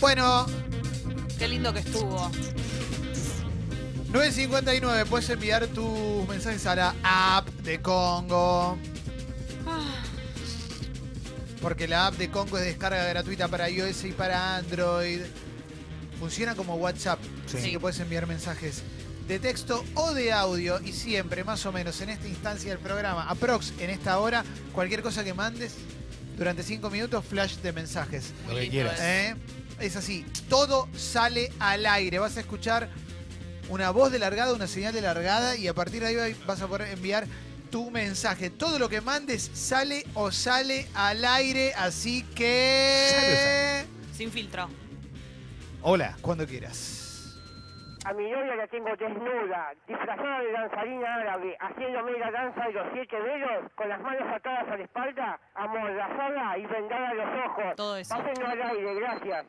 Bueno, Qué lindo que estuvo. 9.59, puedes enviar tus mensajes a la app de Congo. Ah, Porque la app de Congo es descarga gratuita para iOS y para Android. Funciona como WhatsApp, Sí. así que puedes enviar mensajes de texto o de audio y siempre, más o menos, en esta instancia del programa, aprox en esta hora, cualquier cosa que mandes, durante 5 minutos, flash de mensajes. muy Lo que lindo quieras. eso. ¿Eh? Es así, todo sale al aire. Vas a escuchar una voz de largada, una señal de largada y a partir de ahí vas a poder enviar tu mensaje. Todo lo que mandes sale o sale al aire, así que... Sin filtro. Hola, cuando quieras. A mi novia la tengo desnuda, disfrazada de danzarina árabe, haciéndome la danza de los siete velos, con las manos atadas a la espalda, amordazada y vendada a los ojos. Todo eso. Pásenlo al aire, gracias.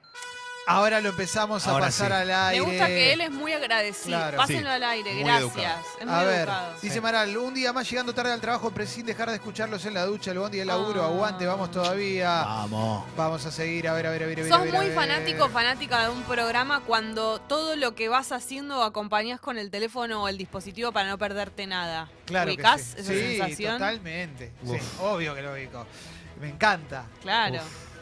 Ahora lo empezamos a Ahora pasar sí. al aire. Me gusta que él es muy agradecido. Claro. Pásenlo Sí. al aire, Muy gracias. educado. Es muy A ver, educado. dice Sí. Maral, un día más llegando tarde al trabajo, pero sin dejar de escucharlos en la ducha, el bondi del laburo, Ah. aguante, vamos Ah. todavía. Vamos. Vamos a seguir, a ver, a ver, a ver. a ver, a Sos ver, a muy ver. fanático, fanática de un programa cuando todo lo que vas haciendo acompañás con el teléfono o el dispositivo para no perderte nada. Claro que ¿Ubicás sí. esa Sí, sensación? totalmente. Sí, Uf. obvio que lo ubico. Me encanta. Claro.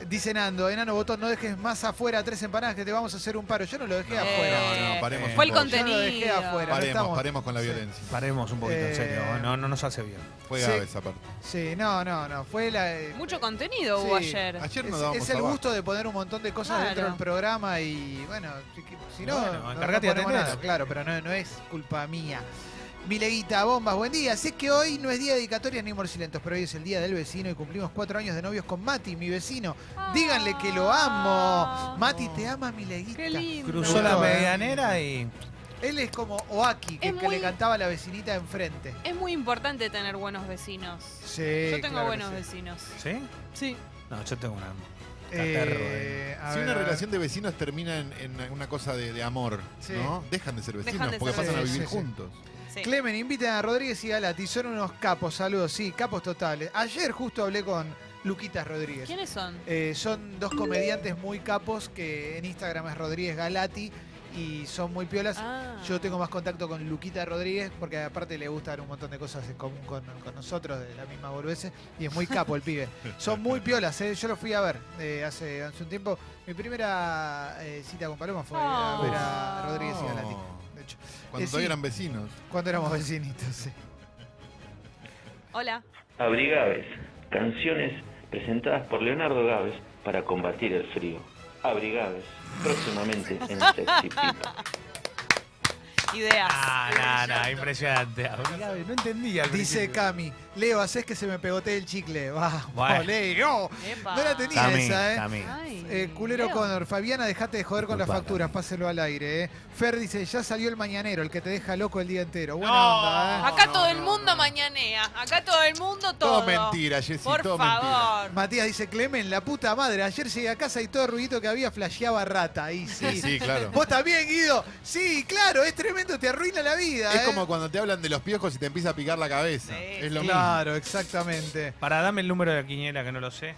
Dice Nando, enano botón, no dejes más afuera tres empanadas que te vamos a hacer un paro. Yo no lo dejé Eh, afuera. No, no, paremos Fue un el poco. Yo contenido. lo dejé afuera. no Paremos, estamos- paremos con la violencia. Paremos un poquito, Eh, en serio. No, no nos hace bien. Fue Sí. grave esa parte. Sí, no, no, no. Fue la. eh, Mucho contenido hubo Sí. ayer. Ayer Es, nos dábamos es el abajo. gusto de poner un montón de cosas Claro. dentro del programa y bueno, si- si no, Bueno, no, encargate de no ponemos atender. nada, claro, pero no, no es culpa mía. Mileguita, bombas, buen día. Sé que hoy no es día de dedicatorias ni morcilentos, pero hoy es el día del vecino y cumplimos cuatro años de novios con Mati, mi vecino. Ah. Díganle que lo amo. Mati te ama, Mileguita. Qué lindo. Cruzó Me la gustó, eh. medianera y. Él es como Oaki, que, Es que muy- le cantaba a la vecinita de enfrente. Es muy importante tener buenos vecinos. Sí, Yo tengo claro que buenos sí. vecinos. ¿Sí? Sí. No, yo tengo una. Eh, a Si ver, una a ver. relación de vecinos termina en, en una cosa de, de amor, Sí. ¿no? Dejan de ser vecinos Dejan de porque ser pasan a vivir vecinos. Sí, Eh, sí, juntos. sí. Clemen, inviten a Rodríguez y Galati, son unos capos, saludos, sí, capos totales. Ayer justo hablé con Luquitas Rodríguez. ¿Quiénes son? Eh, son dos comediantes muy capos que en Instagram es Rodríguez Galati y son muy piolas. Ah. Yo tengo más contacto con Luquita Rodríguez porque aparte le gustan un montón de cosas en común con, con nosotros, de la misma boludez, y es muy capo el pibe. Son muy piolas, ¿eh? yo lo fui a ver eh, hace, hace un tiempo. Mi primera eh, cita con Paloma fue a ver a Oh. Rodríguez y Galati. Oh. De hecho, Cuando Eh, sí. todavía eran vecinos. cuando éramos vecinitos, sí. Hola. Abrigaves, canciones presentadas por Leonardo Gávez para combatir el frío. Abrigaves, próximamente en Sexy People. Ideas. Ah, no, no, impresionante. Abrigave, No entendía. al Dice principio. Cami, Leo, haces que se me pegotee el chicle. Vamos, Bueno. Leo. Epa. No la tenía. Cami, esa, ¿eh? Cami. Ay, Eh, culero Leo. Connor, Fabiana, dejate de joder con las Disculpa, facturas, Cami. páselo al aire. eh. Fer dice, ya salió el mañanero, el que te deja loco el día entero. Buena No. onda, ¿eh? Acá No, todo no, el no, mundo no. mañanea. Acá todo el mundo todo. Todo, mentira, Jessy, Por todo mentira. favor. Matías dice, Clemen, la puta madre, ayer llegué a casa y todo el ruidito que había flasheaba rata. Ahí sí. Sí, sí, claro. Vos también, Guido. Sí, claro, es tremendo, te arruina la vida. Es eh. como cuando te hablan de los piojos y te empieza a picar la cabeza. Sí, es lo mismo. Claro, exactamente. Para, dame el número de la quiniela que no lo sé.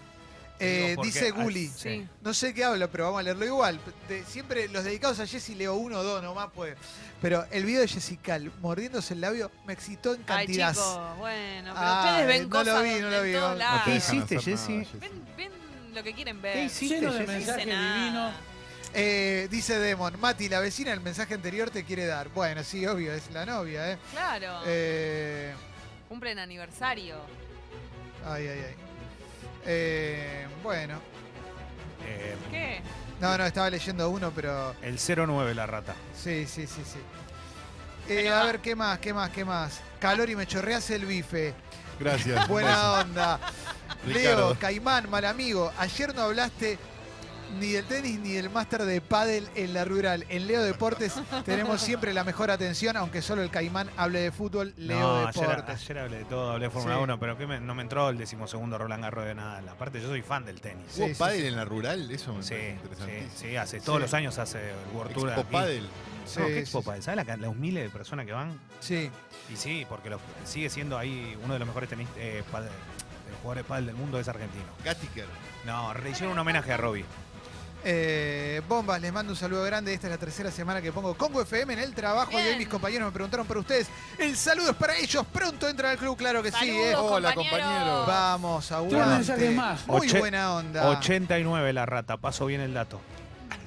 Te Eh, digo por dice qué. Ah, Guli. Sí. No sé qué habla, pero vamos a leerlo igual. Te- siempre los dedicados a Jessy leo uno o dos nomás, pues. Pero el video de Jessica mordiéndose el labio me excitó en Ay, cantidad. chicos, bueno. Pero Ay, ustedes ven no lo cosas vi, no donde lo vi, en todos vamos. No No te ¿Qué lados. dejan hiciste, hacer nada, Jessy? Ven, ven lo que quieren ver. ¿Qué hiciste, Jessy? No dice nada. Eh, dice Demon, Mati, la vecina el mensaje anterior te quiere dar. Bueno, sí, obvio, es la novia, ¿eh? Claro. Eh, Cumplen aniversario. ay, ay, ay. Eh, bueno. Eh, ¿Qué? No, no, estaba leyendo uno, pero. el 09, la rata. Sí, sí, sí, sí. Eh, a ver, ¿qué más? ¿Qué más? ¿Qué más? Calor y me chorreas el bife. Gracias. Buena onda. Leo, Ricardo. Caimán, mal amigo, ayer no hablaste ni del tenis ni del máster de pádel en la rural. En Leo Deportes tenemos siempre la mejor atención, aunque solo el Caimán hable de fútbol, Leo no, ayer, Deportes. ayer hablé de todo, hablé de Fórmula Sí. 1, pero que me- no me entró el decimosegundo Roland Garros de nada. Aparte, yo soy fan del tenis. Sí, ¿Hubo sí, pádel en la rural? Eso me parece Sí, sí, interesantísimo. sí, hace todos Sí. los años hace el World Tour. Expo aquí. pádel. Sí, No, ¿qué sí, Expo Padel? ¿Sabes la, can- los miles de personas que van? sí. Y sí, porque los- sigue siendo ahí uno de los mejores tenis, eh, padel- de los jugadores de pádel del mundo es argentino. Gattiker. No, le hicieron un homenaje a Robbie. Eh, bombas, les mando un saludo grande. Esta es la tercera semana que pongo Congo FM en el trabajo. Y hoy Bien. mis compañeros me preguntaron por ustedes. El saludo es para ellos. Pronto entran al club, claro que sí. Saludos, eh. Hola, compañeros. compañero. Vamos, Tres aguante. mensajes más. Muy Oche- buena onda. 89 la rata, paso bien el dato.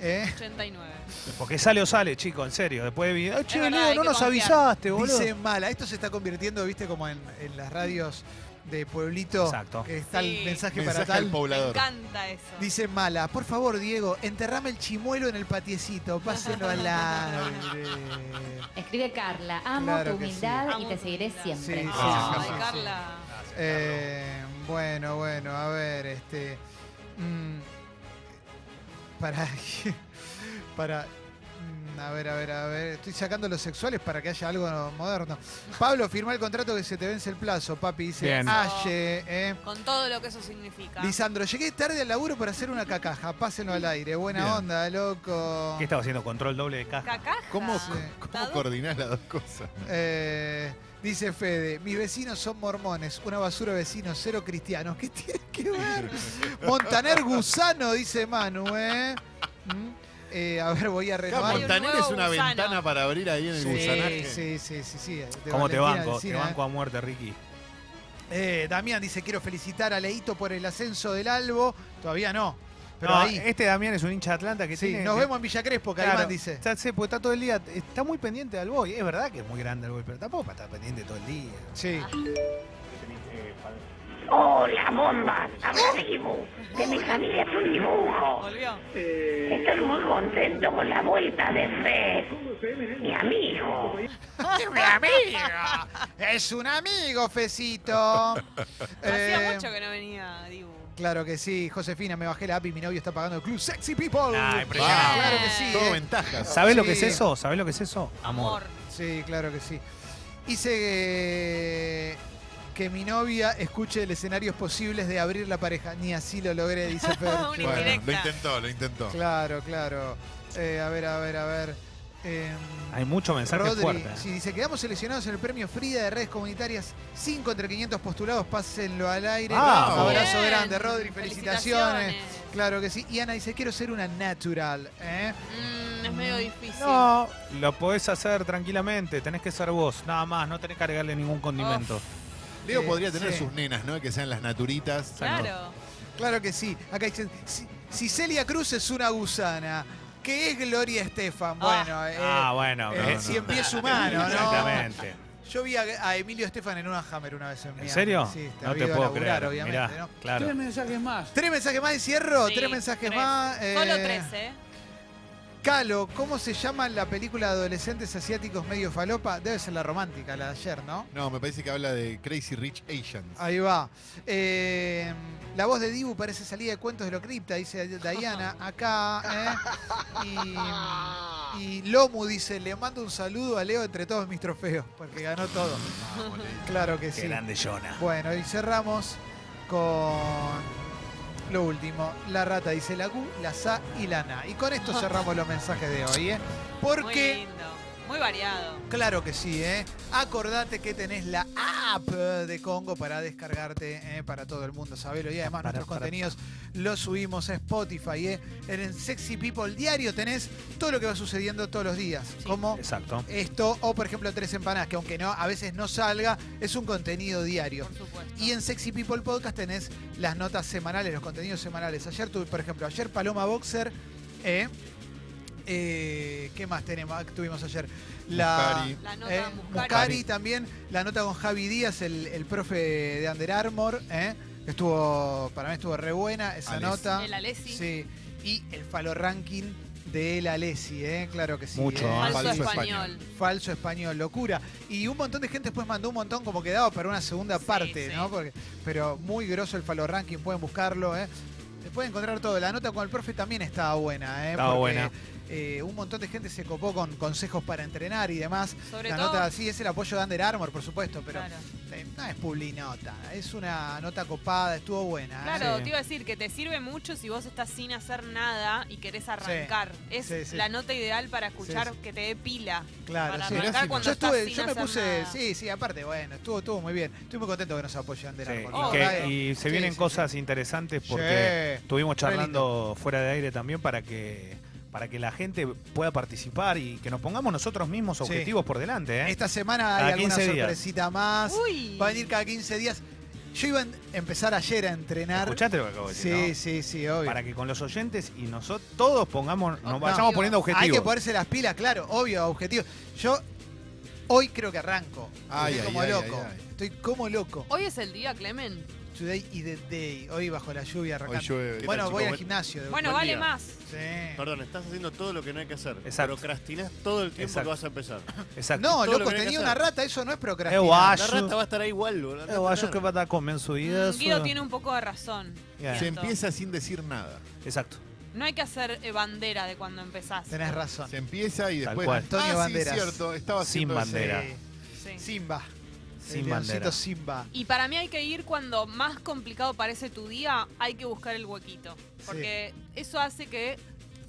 eh. 89. Porque sale o sale, chico, en serio. Después de vi- "Ah, che, verdad, Leo, hay no que nos confiar. avisaste, boludo. Dice mala. Esto se está convirtiendo, viste, como en, en las radios de Pueblito. Exacto. Que está Sí. el mensaje, Mensaje para al tal. Me poblador. encanta eso. Dice mala. Por favor, Diego, enterrame el chimuelo en el patiecito. Pásenlo al aire. Escribe Carla, amo Claro tu que sí. humildad y Amo te tu seguiré humildad. siempre. Sí, sí, Ay, sí, sí. Carla. Eh, bueno, bueno, a ver, este. mm, para. para. mm, A ver, a ver, a ver. Estoy sacando los sexuales para que haya algo moderno. Pablo, firma el contrato que se te vence el plazo, papi. Dice Bien. Aye, eh. Con todo lo que eso significa. Lisandro, llegué tarde al laburo para hacer una cacaja. Pásenlo al aire. Buena Bien. onda, loco. ¿Qué estaba haciendo? Control doble de caja. Cacaja. ¿Cómo, Sí. ¿Cómo coordinás las dos cosas? Eh, dice Fede, mis vecinos son mormones, una basura de vecinos, cero cristianos. ¿Qué tiene que ver? Montaner Gusano, dice Manu, ¿eh? ¿Mm? Eh, a ver, voy a Cada renovar. Hay un Montaner nuevo es una gusano. ventana para abrir ahí en el gusanaje. Sí, sí, sí, sí, sí. de ¿Cómo te Valentina banco? Te Alsina, banco a muerte, Ricky. ¿eh? Eh, Damián dice, quiero felicitar a Leito por el ascenso del Albo. Todavía no, pero No, ahí. Este Damián es un hincha de Atlanta que Sí, tiene- nos vemos en Villa Crespo, Claro, Caimán dice. Ya sé, porque está todo el día. Está muy pendiente al boy. Es verdad que es muy grande el boy, pero tampoco para estar pendiente todo el día. Sí. Hola, bomba, habla Dibu, de mi familia es un dibujo. Volvió. Estoy muy contento con la vuelta de Fred, mi amigo. ¡Es un amigo! Ah, ¡Es un amigo, Fecito! Eh, Hacía mucho que no venía Dibu. Claro que sí, Josefina, me bajé la app y mi novio está pagando el club Sexy People. Ah, Wow. impresionante. Claro que sí. Todo eh. ventajas. ¿Sabés lo Sí. que es eso? ¿Sabés lo que es eso? Amor. Sí, claro que sí. Hice eh, que mi novia escuche el escenarios posibles de abrir la pareja. Ni así lo logré, dice Una Fer. Bueno, indirecta. lo intentó, lo intentó. claro, claro. Eh, a ver, a ver, a ver. Em, Hay mucho mensaje Rodri, fuerte. ¿eh? sí, dice, quedamos seleccionados en el premio Frida de redes comunitarias. 5 entre 500 postulados, pásenlo al aire. Vamos. Abrazo Bien. grande, Rodri, felicitaciones. Felicitaciones. Claro que sí. Y Ana dice, quiero ser una natural. ¿eh? Mm, es medio difícil. No, lo podés hacer tranquilamente. Tenés que ser vos, nada más. No tenés que agregarle ningún condimento. Leo Sí, podría tener sí. sus nenas, ¿no? Que sean las naturitas. Claro. Claro que sí. Acá dicen, si, si Celia Cruz es una gusana, ¿qué es Gloria Estefan? Bueno, eh, ah, bueno. eh, bien. cien pies humano, ¿no? Exactamente. yo vi a, a Emilio Estefan en una Hammer una vez en ¿En Miami. serio? Sí, está no te ido a puedo laburar, creer. obviamente, Mirá, ¿no? claro. Tres mensajes más. Tres mensajes más y cierro. Sí, tres mensajes tres. más. eh, Solo 13. Calo, ¿cómo se llama la película de adolescentes asiáticos medio falopa? Debe ser la romántica, la de ayer, ¿no? No, me parece que habla de Crazy Rich Asians. Ahí va. Eh, la voz de Dibu parece salida de cuentos de lo cripta, dice Diana acá. ¿eh? Y, y Lomu dice, le mando un saludo a Leo entre todos mis trofeos, porque ganó todo. Claro que Ah, Qué sí. grande Jonah. Bueno, y cerramos con lo último. La rata dice la Q, la Sa y la Na. Y con esto cerramos los mensajes de hoy, ¿eh? Muy Porque... lindo. Muy variado. Claro que sí, ¿eh? Acordate que tenés la app de Congo para descargarte ¿eh? para todo el mundo, sabelo. Y además nuestros contenidos los subimos a Spotify, ¿eh? En el Sexy People Diario tenés todo lo que va sucediendo todos los días, como Exacto. esto o, por ejemplo, Tres Empanadas, que aunque no, a veces no salga, es un contenido diario. Por supuesto. Y en Sexy People Podcast tenés las notas semanales, los contenidos semanales. Ayer tuve, por ejemplo, ayer Paloma Boxer. ¿eh? Eh, qué más tenemos? tuvimos ayer? La, Muscari. La nota eh, Muscari. Muscari también. La nota con Javi Díaz, el, el profe de Under Armour. ¿eh? Estuvo, para mí estuvo re buena esa Alessi. nota. El Alessi. Sí. Y el falo ranking de El Alessi, ¿eh? claro que sí. Mucho, ¿eh? ¿eh? ah, Falso, Falso español. Falso español, locura. Y un montón de gente después mandó un montón como quedado para una segunda Sí, parte, sí. ¿no? Porque, pero muy grosso el Falo Ranking, pueden buscarlo, ¿eh? Se puede encontrar todo. La nota con el profe también estaba buena, ¿eh? Estaba Porque buena. eh, un montón de gente se copó con consejos para entrenar y demás. Sobre la todo- nota, sí, es el apoyo de Under Armour, por supuesto, pero Claro. eh, no es publinota, es una nota copada, estuvo buena. ¿eh? Claro, Sí. te iba a decir que te sirve mucho si vos estás sin hacer nada y querés arrancar. Es Sí, sí. la nota ideal para escuchar Sí, sí. que te dé pila. Claro, para sí. arrancar Gracias. cuando Yo estás estuve, sin yo me hacer puse, nada. sí, sí, aparte, bueno, estuvo, estuvo muy bien. Estoy muy contento que nos apoye Under Sí, Armour. y, la que- verdad, y se Oh, Sí, vienen sí, cosas interesantes porque ¿eh? Sí. estuvimos Re charlando fuera de aire también para que para que la gente pueda participar y que nos pongamos nosotros mismos Sí. objetivos por delante. ¿eh? Esta semana Cada hay alguna 15 días. sorpresita más. Uy. Va a venir cada 15 días. Yo iba a en- empezar ayer a entrenar. ¿Escuchaste lo que acabo de decir? Sí, no? sí, sí, obvio. Para que con los oyentes y nosotros todos pongamos, nos Objetivo. vayamos poniendo objetivos. Hay que ponerse las pilas, claro, obvio, objetivo. Yo hoy creo que arranco. Ay, Estoy ay, como ay, loco. ay, ay. Estoy como loco. Hoy es el día, Clemen. Today is the day. Hoy bajo la lluvia Hoy arrancando. llueve. bueno, chicos? voy al Buen- gimnasio. de- Bueno, Buen vale día. más. Sí. Perdón, estás haciendo todo lo que no hay que hacer. Exacto. Procrastinás todo el tiempo Exacto. Ah, que vas a empezar. Exacto. No, todo lo loco, que hay que tenía hacer. una rata, eso no es Eu procrastinar. La Ayo. rata va a estar ahí igual, boludo. Eh, guayo que va a estar comiendo su vida, Mm, Guido su- tiene un poco de razón. Bien. Se Cierto. empieza sin decir nada. Exacto. No hay que hacer eh, bandera de cuando empezás. Tenés razón. Se empieza y Tal después. cual. Antonio ah, Banderas. Sí, cierto, estaba Sin haciendo ese- bandera. Sí. Simba. Sin El leoncito bandera. Simba. Y para mí hay que ir cuando más complicado parece tu día, hay que buscar el huequito. Porque eso hace que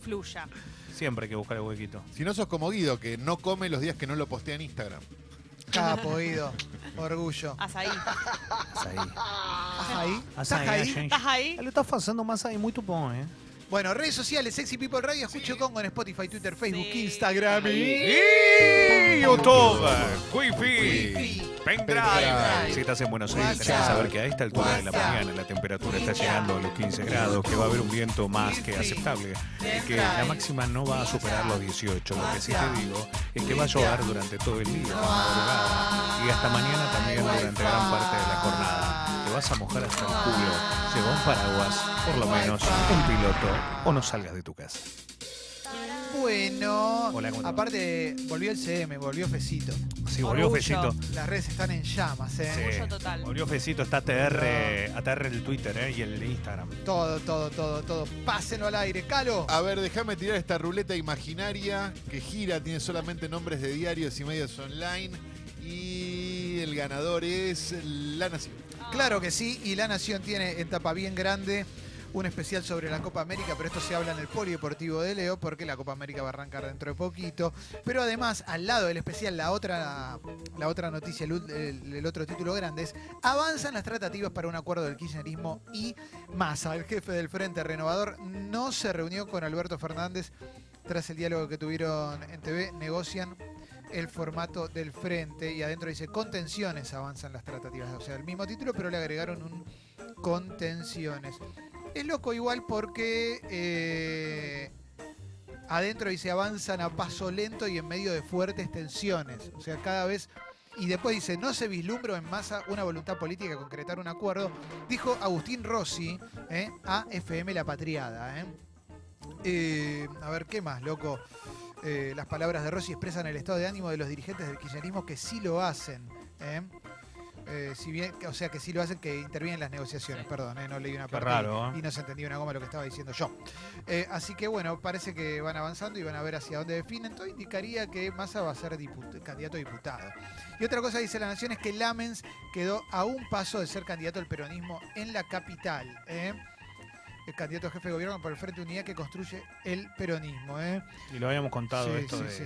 fluya. Siempre hay que buscar el huequito. Si no sos como Guido, que no come los días que no lo postea en Instagram. Capo, Guido. Orgullo. Haz ahí. Haz ahí. ¿Estás ahí? Haz ¿Estás ahí, ahí? gente. ¿Estás ahí? Lo estás pasando más ahí muy tupón, ¿eh? Bueno, redes sociales, Sexy People Radio, escucho Congo en Spotify, Twitter, Facebook, Sí. Instagram y... Y YouTube, Wi-Fi, Wifi, pendrive. Si estás en Buenos Aires, tenés que saber que a esta altura de la WhatsApp, mañana la temperatura está llegando a los 15 grados, que va a haber un viento más que aceptable, y que la máxima no va a superar los 18. Lo que sí te digo es que va a llover durante todo el día, la madrugada, y hasta mañana también durante gran parte de la jornada. Te vas a mojar hasta el culo. Lleva un paraguas, por lo menos un piloto, o no salgas de tu casa. Bueno, Hola, ¿cómo te va? aparte volvió el CM, volvió Fecito. Sí, volvió Orgullo. Fecito. Las redes están en llamas, ¿eh? Orgullo total. Volvió Fecito, está ATR, ATR el Twitter eh, y el Instagram. Todo, todo, todo, todo. Pásenlo al aire. Calo, A ver, déjame tirar esta ruleta imaginaria que gira, tiene solamente nombres de diarios y medios online. Y el ganador es La Nación. claro que sí. Y La Nación tiene en tapa bien grande un especial sobre la Copa América, pero esto se habla en el Polideportivo de Leo porque la Copa América va a arrancar dentro de poquito. Pero además, al lado del especial, la otra, la otra noticia, el, ul- el- el otro título grande es avanzan las tratativas para un acuerdo del kirchnerismo y Massa, el jefe del Frente Renovador, no se reunió con Alberto Fernández tras el diálogo que tuvieron en TV, negocian el formato del frente y adentro dice contenciones avanzan las tratativas, o sea, el mismo título, pero le agregaron un contenciones. Es loco igual porque eh, adentro dice avanzan a paso lento y en medio de fuertes tensiones, o sea, cada vez... Y después dice, no se vislumbró en masa una voluntad política de concretar un acuerdo, dijo Agustín Rossi ¿eh? a FM La Patriada. ¿eh? Eh, a ver, ¿qué más, loco? Eh, las palabras de Rossi expresan el estado de ánimo de los dirigentes del kirchnerismo que sí lo hacen. ¿eh? Eh, si bien, o sea, que sí lo hacen, que intervienen en las negociaciones. Perdón, ¿eh? no leí una Qué parte raro, y, ¿eh? y no se entendía una goma lo que estaba diciendo yo. Eh, así que bueno, parece que van avanzando y van a ver hacia dónde definen. Todo indicaría que Massa va a ser diput- candidato a diputado. Y otra cosa que dice la Nación es que Lamens quedó a un paso de ser candidato al peronismo en la capital. ¿eh? El candidato a jefe de gobierno por el Frente Unidad que construye el peronismo. ¿eh? Y lo habíamos contado Sí, esto sí, de sí.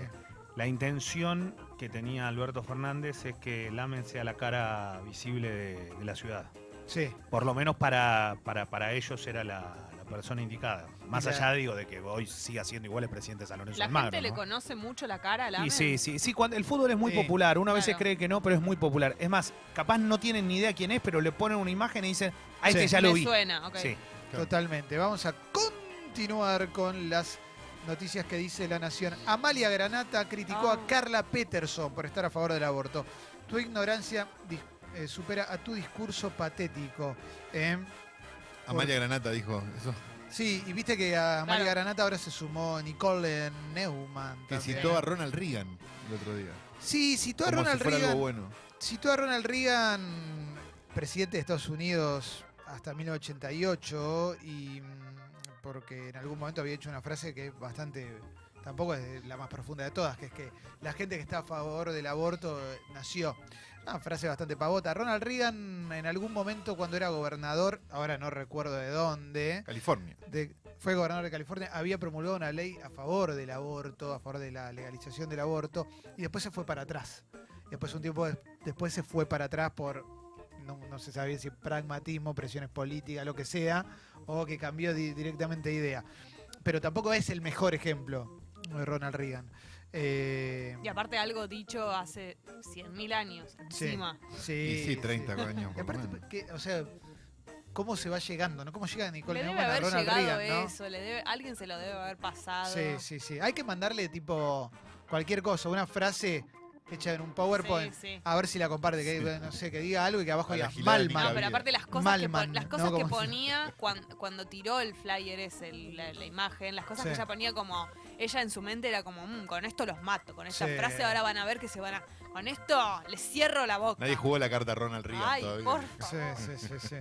la intención que tenía Alberto Fernández es que Lamen sea la cara visible de, de la ciudad. Sí, Por lo menos para, para, para ellos era la, la persona indicada. Más Mirá. allá, digo, de que hoy siga siendo igual el presidente de San Lorenzo La Almagro, gente le ¿no? conoce mucho la cara a la Y sí, sí, sí, cuando el fútbol es muy Sí, popular, uno a veces claro. cree que no, pero es muy popular. Es más, capaz no tienen ni idea quién es, pero le ponen una imagen y dicen, a este Sí. ya lo Me vi. suena, ok. Sí. Claro. totalmente. Vamos a continuar con las noticias que dice la Nación. Amalia Granata criticó a Ah. Carla Peterson por estar a favor del aborto. Tu ignorancia dis- eh, supera a tu discurso patético. ¿eh? Amalia Granata dijo eso. Sí, y viste que a Amalia Claro. Granata ahora se sumó Nicole Neumann. Que también. citó a Ronald Reagan el otro día. Sí, citó a como Ronald si fuera Reagan. algo bueno. Citó a Ronald Reagan, presidente de Estados Unidos hasta 1988, y mm, porque en algún momento había hecho una frase que es bastante tampoco es la más profunda de todas, que es que la gente que está a favor del aborto eh, nació. Una frase bastante pavota. Ronald Reagan en algún momento cuando era gobernador, ahora no recuerdo de dónde, California. de- fue gobernador de California, había promulgado una ley a favor del aborto, a favor de la legalización del aborto, y después se fue para atrás. Después, un tiempo des- después se fue para atrás por, no, no se sabía si pragmatismo, presiones políticas, lo que sea, o que cambió di- directamente de idea. Pero tampoco es el mejor ejemplo de Ronald Reagan. Eh, Y aparte algo dicho hace 100.000 años sí, encima. sí, Y sí, 30 años. Y por aparte, menos. que, o sea, ¿cómo se va llegando? ¿no? ¿Cómo llega Nicole le debe Neumann a haber Ronald llegado Reagan? ¿no? eso, le debe, alguien se lo debe haber pasado. Sí, sí, sí. Hay que mandarle tipo cualquier cosa, una frase hecha en un PowerPoint. Sí, sí. A ver si la comparte, que Sí. diga, no sé, que diga algo y que abajo A la diga gilada de Malman. No, Maravilla. pero aparte las cosas que, Malman, pon- las ¿no? cosas que Como- ponía cuan- cuando tiró el flyer ese, el- la, la imagen, las cosas Sí. que ella ponía como, ella en su mente era como, "Mm, con esto los mato, con esta Sí. frase ahora van a ver que se van a, con esto les cierro la boca. Nadie jugó la carta a Ronald Reagan Ay, todavía. por Sí, favor. sí, sí, sí.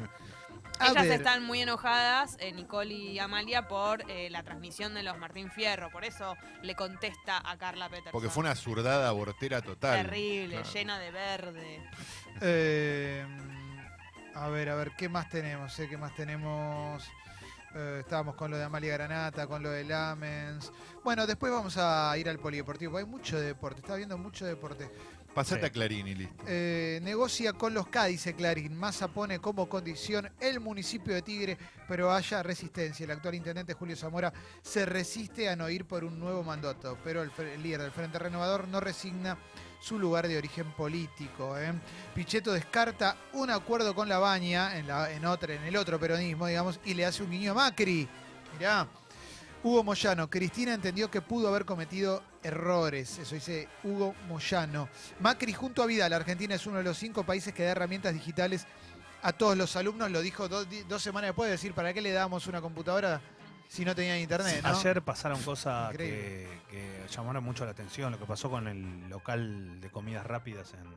A Ellas ver, están muy enojadas, eh, Nicole y Amalia, por eh, la transmisión de los Martín Fierro. Por eso le contesta a Carla Peterson. Porque fue una zurdada abortera total. Terrible, Claro. llena de verde. eh, a ver, a ver, ¿qué más tenemos? eh? ¿Qué más tenemos? Eh, estábamos con lo de Amalia Granata, con lo de Lamens. Bueno, después vamos a ir al polideportivo. porque Hay mucho deporte, está viendo mucho deporte. Pasate Sí. a Clarín y listo. Eh, negocia con los K, dice Clarín. Massa pone como condición el municipio de Tigre, pero haya resistencia. El actual intendente Julio Zamora se resiste a no ir por un nuevo mandato, pero el, fre- el líder del Frente Renovador no resigna su lugar de origen político. ¿eh? Pichetto descarta un acuerdo con La Baña en, la- en otra- en el otro peronismo, digamos, y le hace un guiño a Macri. Mirá. Hugo Moyano, Cristina entendió que pudo haber cometido errores. Eso dice Hugo Moyano. Macri junto a Vidal, Argentina es uno de los cinco países que da herramientas digitales a todos los alumnos. Lo dijo dos, di- dos semanas después de decir, ¿para qué le damos una computadora si no tenían internet? ¿no? Ayer pasaron cosas que, Increíble. que llamaron mucho la atención, lo que pasó con el local de comidas rápidas en,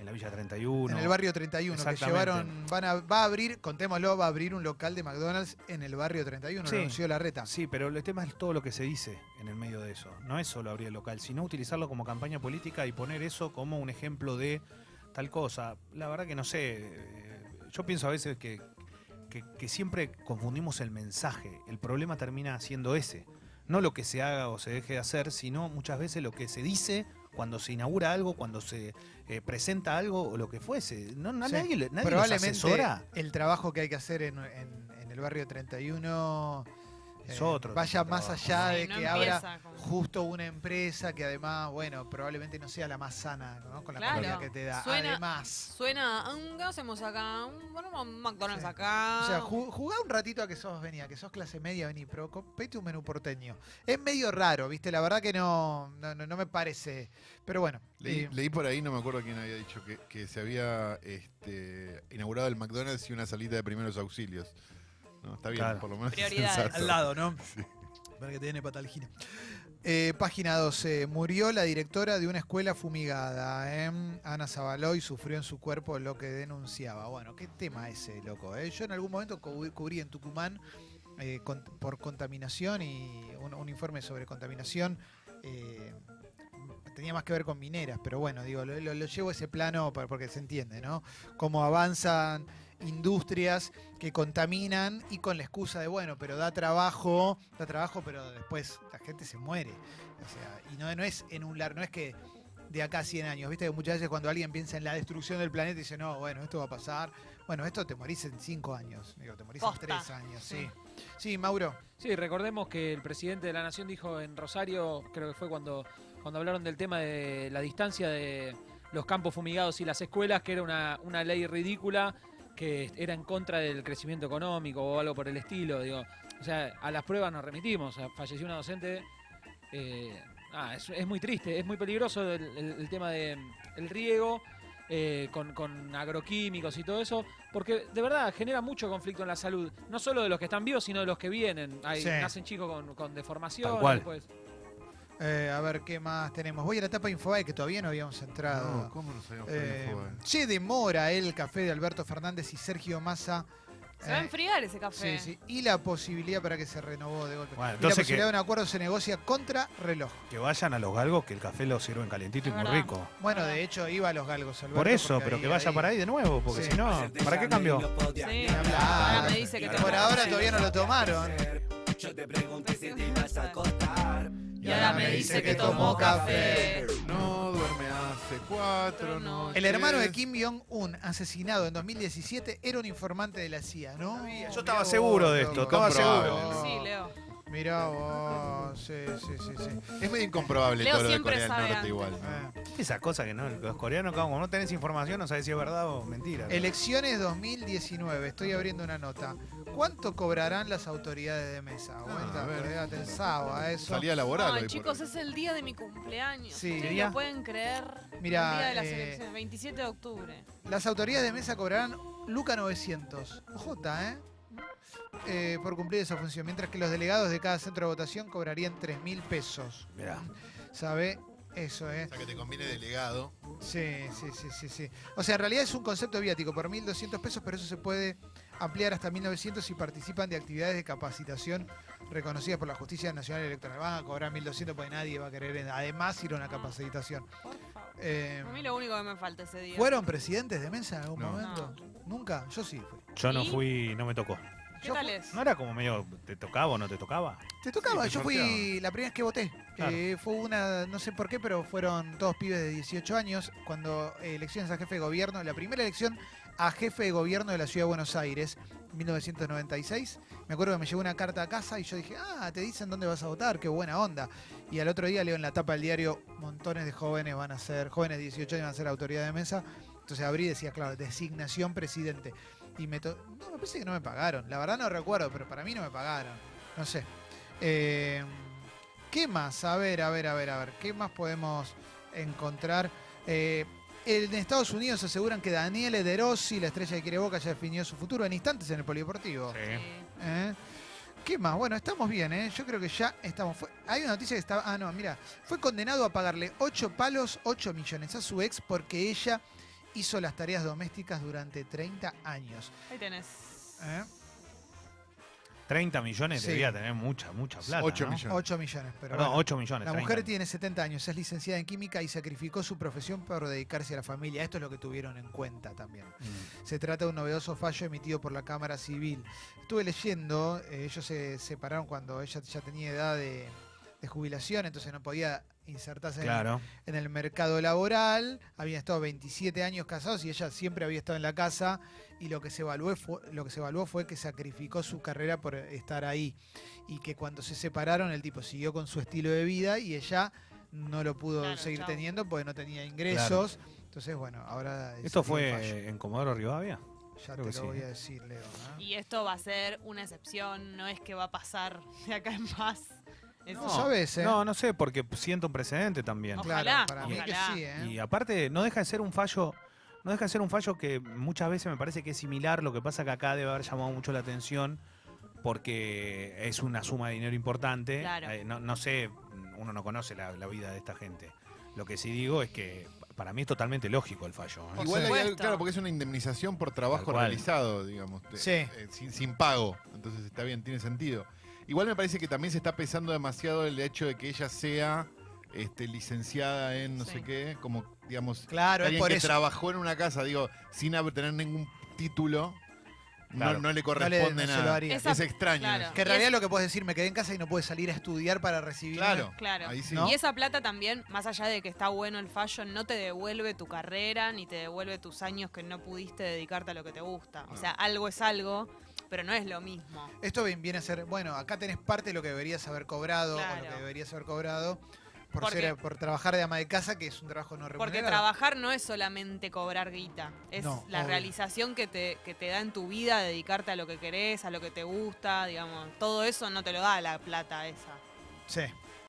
en la Villa 31. en el barrio 31, que Exactamente. llevaron, van a, va a abrir, contémoslo, va a abrir un local de McDonald's en el barrio 31, Sí. lo anunció la reta. Ah, Sí, pero el tema es todo lo que se dice en el medio de eso. No es solo abrir el local, sino utilizarlo como campaña política y poner eso como un ejemplo de tal cosa. La verdad que no sé. eh, Yo pienso a veces que, que- que siempre confundimos el mensaje. El problema termina siendo ese. No lo que se haga o se deje de hacer, sino muchas veces lo que se dice cuando se inaugura algo, cuando se eh, presenta algo o lo que fuese. No, no, Sí. Nadie, le- nadie los Probablemente asesora. el trabajo que hay que hacer en, en- en el barrio 31 Es eh, otro vaya tipo de más trabajo. allá Sí, de no que abra empieza como- justo una empresa que además, bueno, probablemente no sea la más sana, ¿no? Con la Claro. comida que te da. Suena- Además. Suena, "Ah, ¿qué hacemos acá? Un- Bueno, un McDonald's Sí. acá. O sea, ju- jugá un ratito a que sos venía, que sos clase media, vení, pero compete un menú porteño. Es medio raro, ¿viste? La verdad que no, no, no- no me parece. Pero bueno. Leí, eh, leí por ahí, no me acuerdo quién había dicho que, que se había este, inaugurado el McDonald's y una salita de primeros auxilios. No, está bien, Claro. por lo menos. Prioridades. sensato. al lado, ¿no? Para que te den patalgina. Eh, página 12. Murió la directora de una escuela fumigada. ¿eh? Ana Zabaloy sufrió en su cuerpo lo que denunciaba. Bueno, qué tema ese, loco. eh? Yo en algún momento cubrí, cubrí en Tucumán eh, con- por contaminación y un, un informe sobre contaminación. eh, tenía más que ver con mineras, pero bueno, digo, lo, lo- lo llevo a ese plano para- porque se entiende, ¿no? Cómo avanzan industrias que contaminan y con la excusa de, bueno, pero da trabajo, da trabajo, pero después la gente se muere. O sea, y no, no es en un lar, no es que de acá a 100 años, viste que muchas veces cuando alguien piensa en la destrucción del planeta dice, no, bueno, esto va a pasar, bueno, esto te morís en 5 años, digo, te morís Posta. en 3 años, sí. Sí. Sí, Mauro, Sí, recordemos que el presidente de la Nación dijo en Rosario, creo que fue cuando, cuando hablaron del tema de la distancia de los campos fumigados y las escuelas, que era una, una ley ridícula que era en contra del crecimiento económico o algo por el estilo. Digo, o sea, a las pruebas nos remitimos. o sea, falleció una docente. eh, ah, es, es muy triste, es muy peligroso el, el- el tema del riego. eh, con, con agroquímicos y todo eso, porque de verdad genera mucho conflicto en la salud, no solo de los que están vivos, sino de los que vienen. Hay, Sí. Nacen chicos con, con deformación. Tal cual. eh, a ver qué más tenemos. Voy a la etapa Infobae que todavía no habíamos entrado. No, ¿cómo no sabíamos que Eh, había jugado? se demora el café de Alberto Fernández y Sergio Massa Se va a Eh, enfriar ese café. Sí, sí. Y la posibilidad para que se renovó de golpe. Y Bueno, entonces la posibilidad que- de un acuerdo se negocia contra reloj. Que vayan a los galgos, que el café lo sirven calentito y Es muy verdad. rico. Bueno, Ah. de hecho iba a los galgos, Alberto, Por eso, porque pero ahí- que vaya para ahí de nuevo, porque Sí. si no, Ah, ¿para qué cambió? Sí. hablar. Ahora me dice que tengo Por que ahora hacer. todavía no lo tomaron. Y ahora me dice que tomó café. No duerme hace cuatro noches. El hermano de Kim Jong-un, asesinado en 2017, era un informante de la CIA, ¿no? Yo estaba seguro de esto, estaba Comprobable. Sí, Oh. Leo. Mirá vos, sí, sí, sí, sí. Es medio incomprobable Leo todo lo de siempre Corea del sabe Norte antes. igual. Eh. Esas cosas que no, los coreanos, como no tenés información, no sabés si es verdad o mentira. Elecciones 2019, estoy abriendo una nota. ¿Cuánto cobrarán las autoridades de mesa? Aguanta, Ah, a ver. perdé atención a eso. Salía laboral. Ay, hoy por chicos, hoy. es el día de mi cumpleaños. Sí, ¿Ustedes día- lo pueden creer? Mirá, el día de las eh, elecciones, 27 de octubre. Las autoridades de mesa cobrarán Luca 900. Ojota, ¿eh? Eh, por cumplir esa función, mientras que los delegados de cada centro de votación cobrarían 3 mil pesos. Mirá. ¿Sabe? Eso, ¿eh? O sea que te conviene delegado. Sí, sí, sí, sí, sí. O sea, en realidad es un concepto viático por 1.200 pesos, pero eso se puede ampliar hasta 1.900 si participan de actividades de capacitación reconocidas por la Justicia Nacional Electoral. Van a cobrar 1.200 porque nadie va a querer además ir a una capacitación. Por favor. Eh, Mm. A mí lo único que me falta ese día. ¿Fueron presidentes de mesa en algún No. momento? ¿Nunca? Yo sí fui. Yo no ¿Y? fui, no me tocó. ¿Qué Yo tal fui- es? ¿No era como medio, te tocaba o no te tocaba? Te tocaba, Sí, te yo fui sorteaban. la primera vez que voté. Claro. Eh, fue una, no sé por qué, pero fueron todos pibes de 18 años cuando eh, elecciones a jefe de gobierno, la primera elección a jefe de gobierno de la ciudad de Buenos Aires, 1996. Me acuerdo que me llegó una carta a casa y yo dije, ah, te dicen dónde vas a votar, qué buena onda. Y al otro día leo en la tapa del diario, montones de jóvenes van a ser, jóvenes de 18 años van a ser autoridad de mesa. Entonces abrí y decía, claro, designación presidente. Y me, to- no, me parece que no me pagaron. La verdad no recuerdo, pero para mí no me pagaron. No sé. Eh, ¿Qué más? A ver, a ver, a ver, a ver. ¿Qué más podemos encontrar? Eh, en Estados Unidos aseguran que Daniele De Rossi, la estrella que quiere Boca, ya definió su futuro en instantes en el polideportivo. Sí. ¿Eh? ¿Qué más? Bueno, estamos bien, ¿eh? Yo creo que ya estamos. Fue- hay una noticia que estaba. Ah, no, mira. Fue condenado a pagarle 8 palos, 8 millones a su ex porque ella hizo las tareas domésticas durante 30 años. Ahí tenés. ¿eh? 30 millones Sí. debía tener mucha, mucha plata. 8 ¿no? millones. 8 millones, pero. Perdón, bueno. 8 millones. La 30. mujer tiene 70 años, es licenciada en química y sacrificó su profesión por dedicarse a la familia. Esto es lo que tuvieron en cuenta también. Mm. Se trata de un novedoso fallo emitido por la Cámara Civil. Estuve leyendo, eh, ellos se separaron cuando ella ya tenía edad de, de jubilación, entonces no podía insertarse en- Claro. en, el mercado laboral. Habían estado 27 años casados y ella siempre había estado en la casa y lo que se evaluó fue, lo que, se evaluó fue que sacrificó su carrera por estar ahí y que cuando se separaron el tipo siguió con su estilo de vida y ella no lo pudo Claro, seguir chau. teniendo porque no tenía ingresos. Entonces, bueno, ahora... ¿Esto se tiene un fallo. fue en Comodoro Rivadavia? Ya Creo te que lo sí, voy ¿eh? a decir, Leo. ¿ah? Y esto va a ser una excepción, no es que va a pasar de acá en más. Es- No, sabes, ¿eh? No, no sé, porque siento un precedente también. Ojalá, claro, para mí que ojalá. sí, ¿eh? Y aparte, no deja de ser un fallo. No deja de ser un fallo que muchas veces me parece que es similar. Lo que pasa que acá debe haber llamado mucho la atención porque es una suma de dinero importante. Claro. Eh, no, no sé, uno no conoce la, la vida de esta gente. Lo que sí digo es que para mí es totalmente lógico el fallo. ¿eh? Igual hay algo, supuesto. claro, porque es una indemnización por trabajo Tal cual. realizado, digamos. te- Sí. eh, sin, sin pago. Entonces está bien, tiene sentido. Igual me parece que también se está pesando demasiado el hecho de que ella sea este, licenciada en no Sí. sé qué, como, digamos, Claro, es alguien por que eso. trabajó en una casa, digo, sin haber- tener ningún título, no- Claro. no, le corresponde no se lo nada. haría. Es Esa- extraño. claro. eso. Que en realidad lo que puedes decir, me quedé en casa y no pude salir a estudiar para recibir. Claro. Claro. Ahí sí. ¿No? Y esa plata también, más allá de que está bueno el fallo, no te devuelve tu carrera ni te devuelve tus años que no pudiste dedicarte a lo que te gusta. O sea, algo es algo, pero no es lo mismo. Esto bien- viene a ser, bueno, acá tenés parte de lo que deberías haber cobrado o lo Claro. que deberías haber cobrado por, Porque- ser, por trabajar de ama de casa, que es un trabajo no remunerado. Porque trabajar no es solamente cobrar guita, es No, la obvio. realización que te, que te da en tu vida, dedicarte a lo que querés, a lo que te gusta, digamos. Todo eso no te lo da la plata esa. Sí.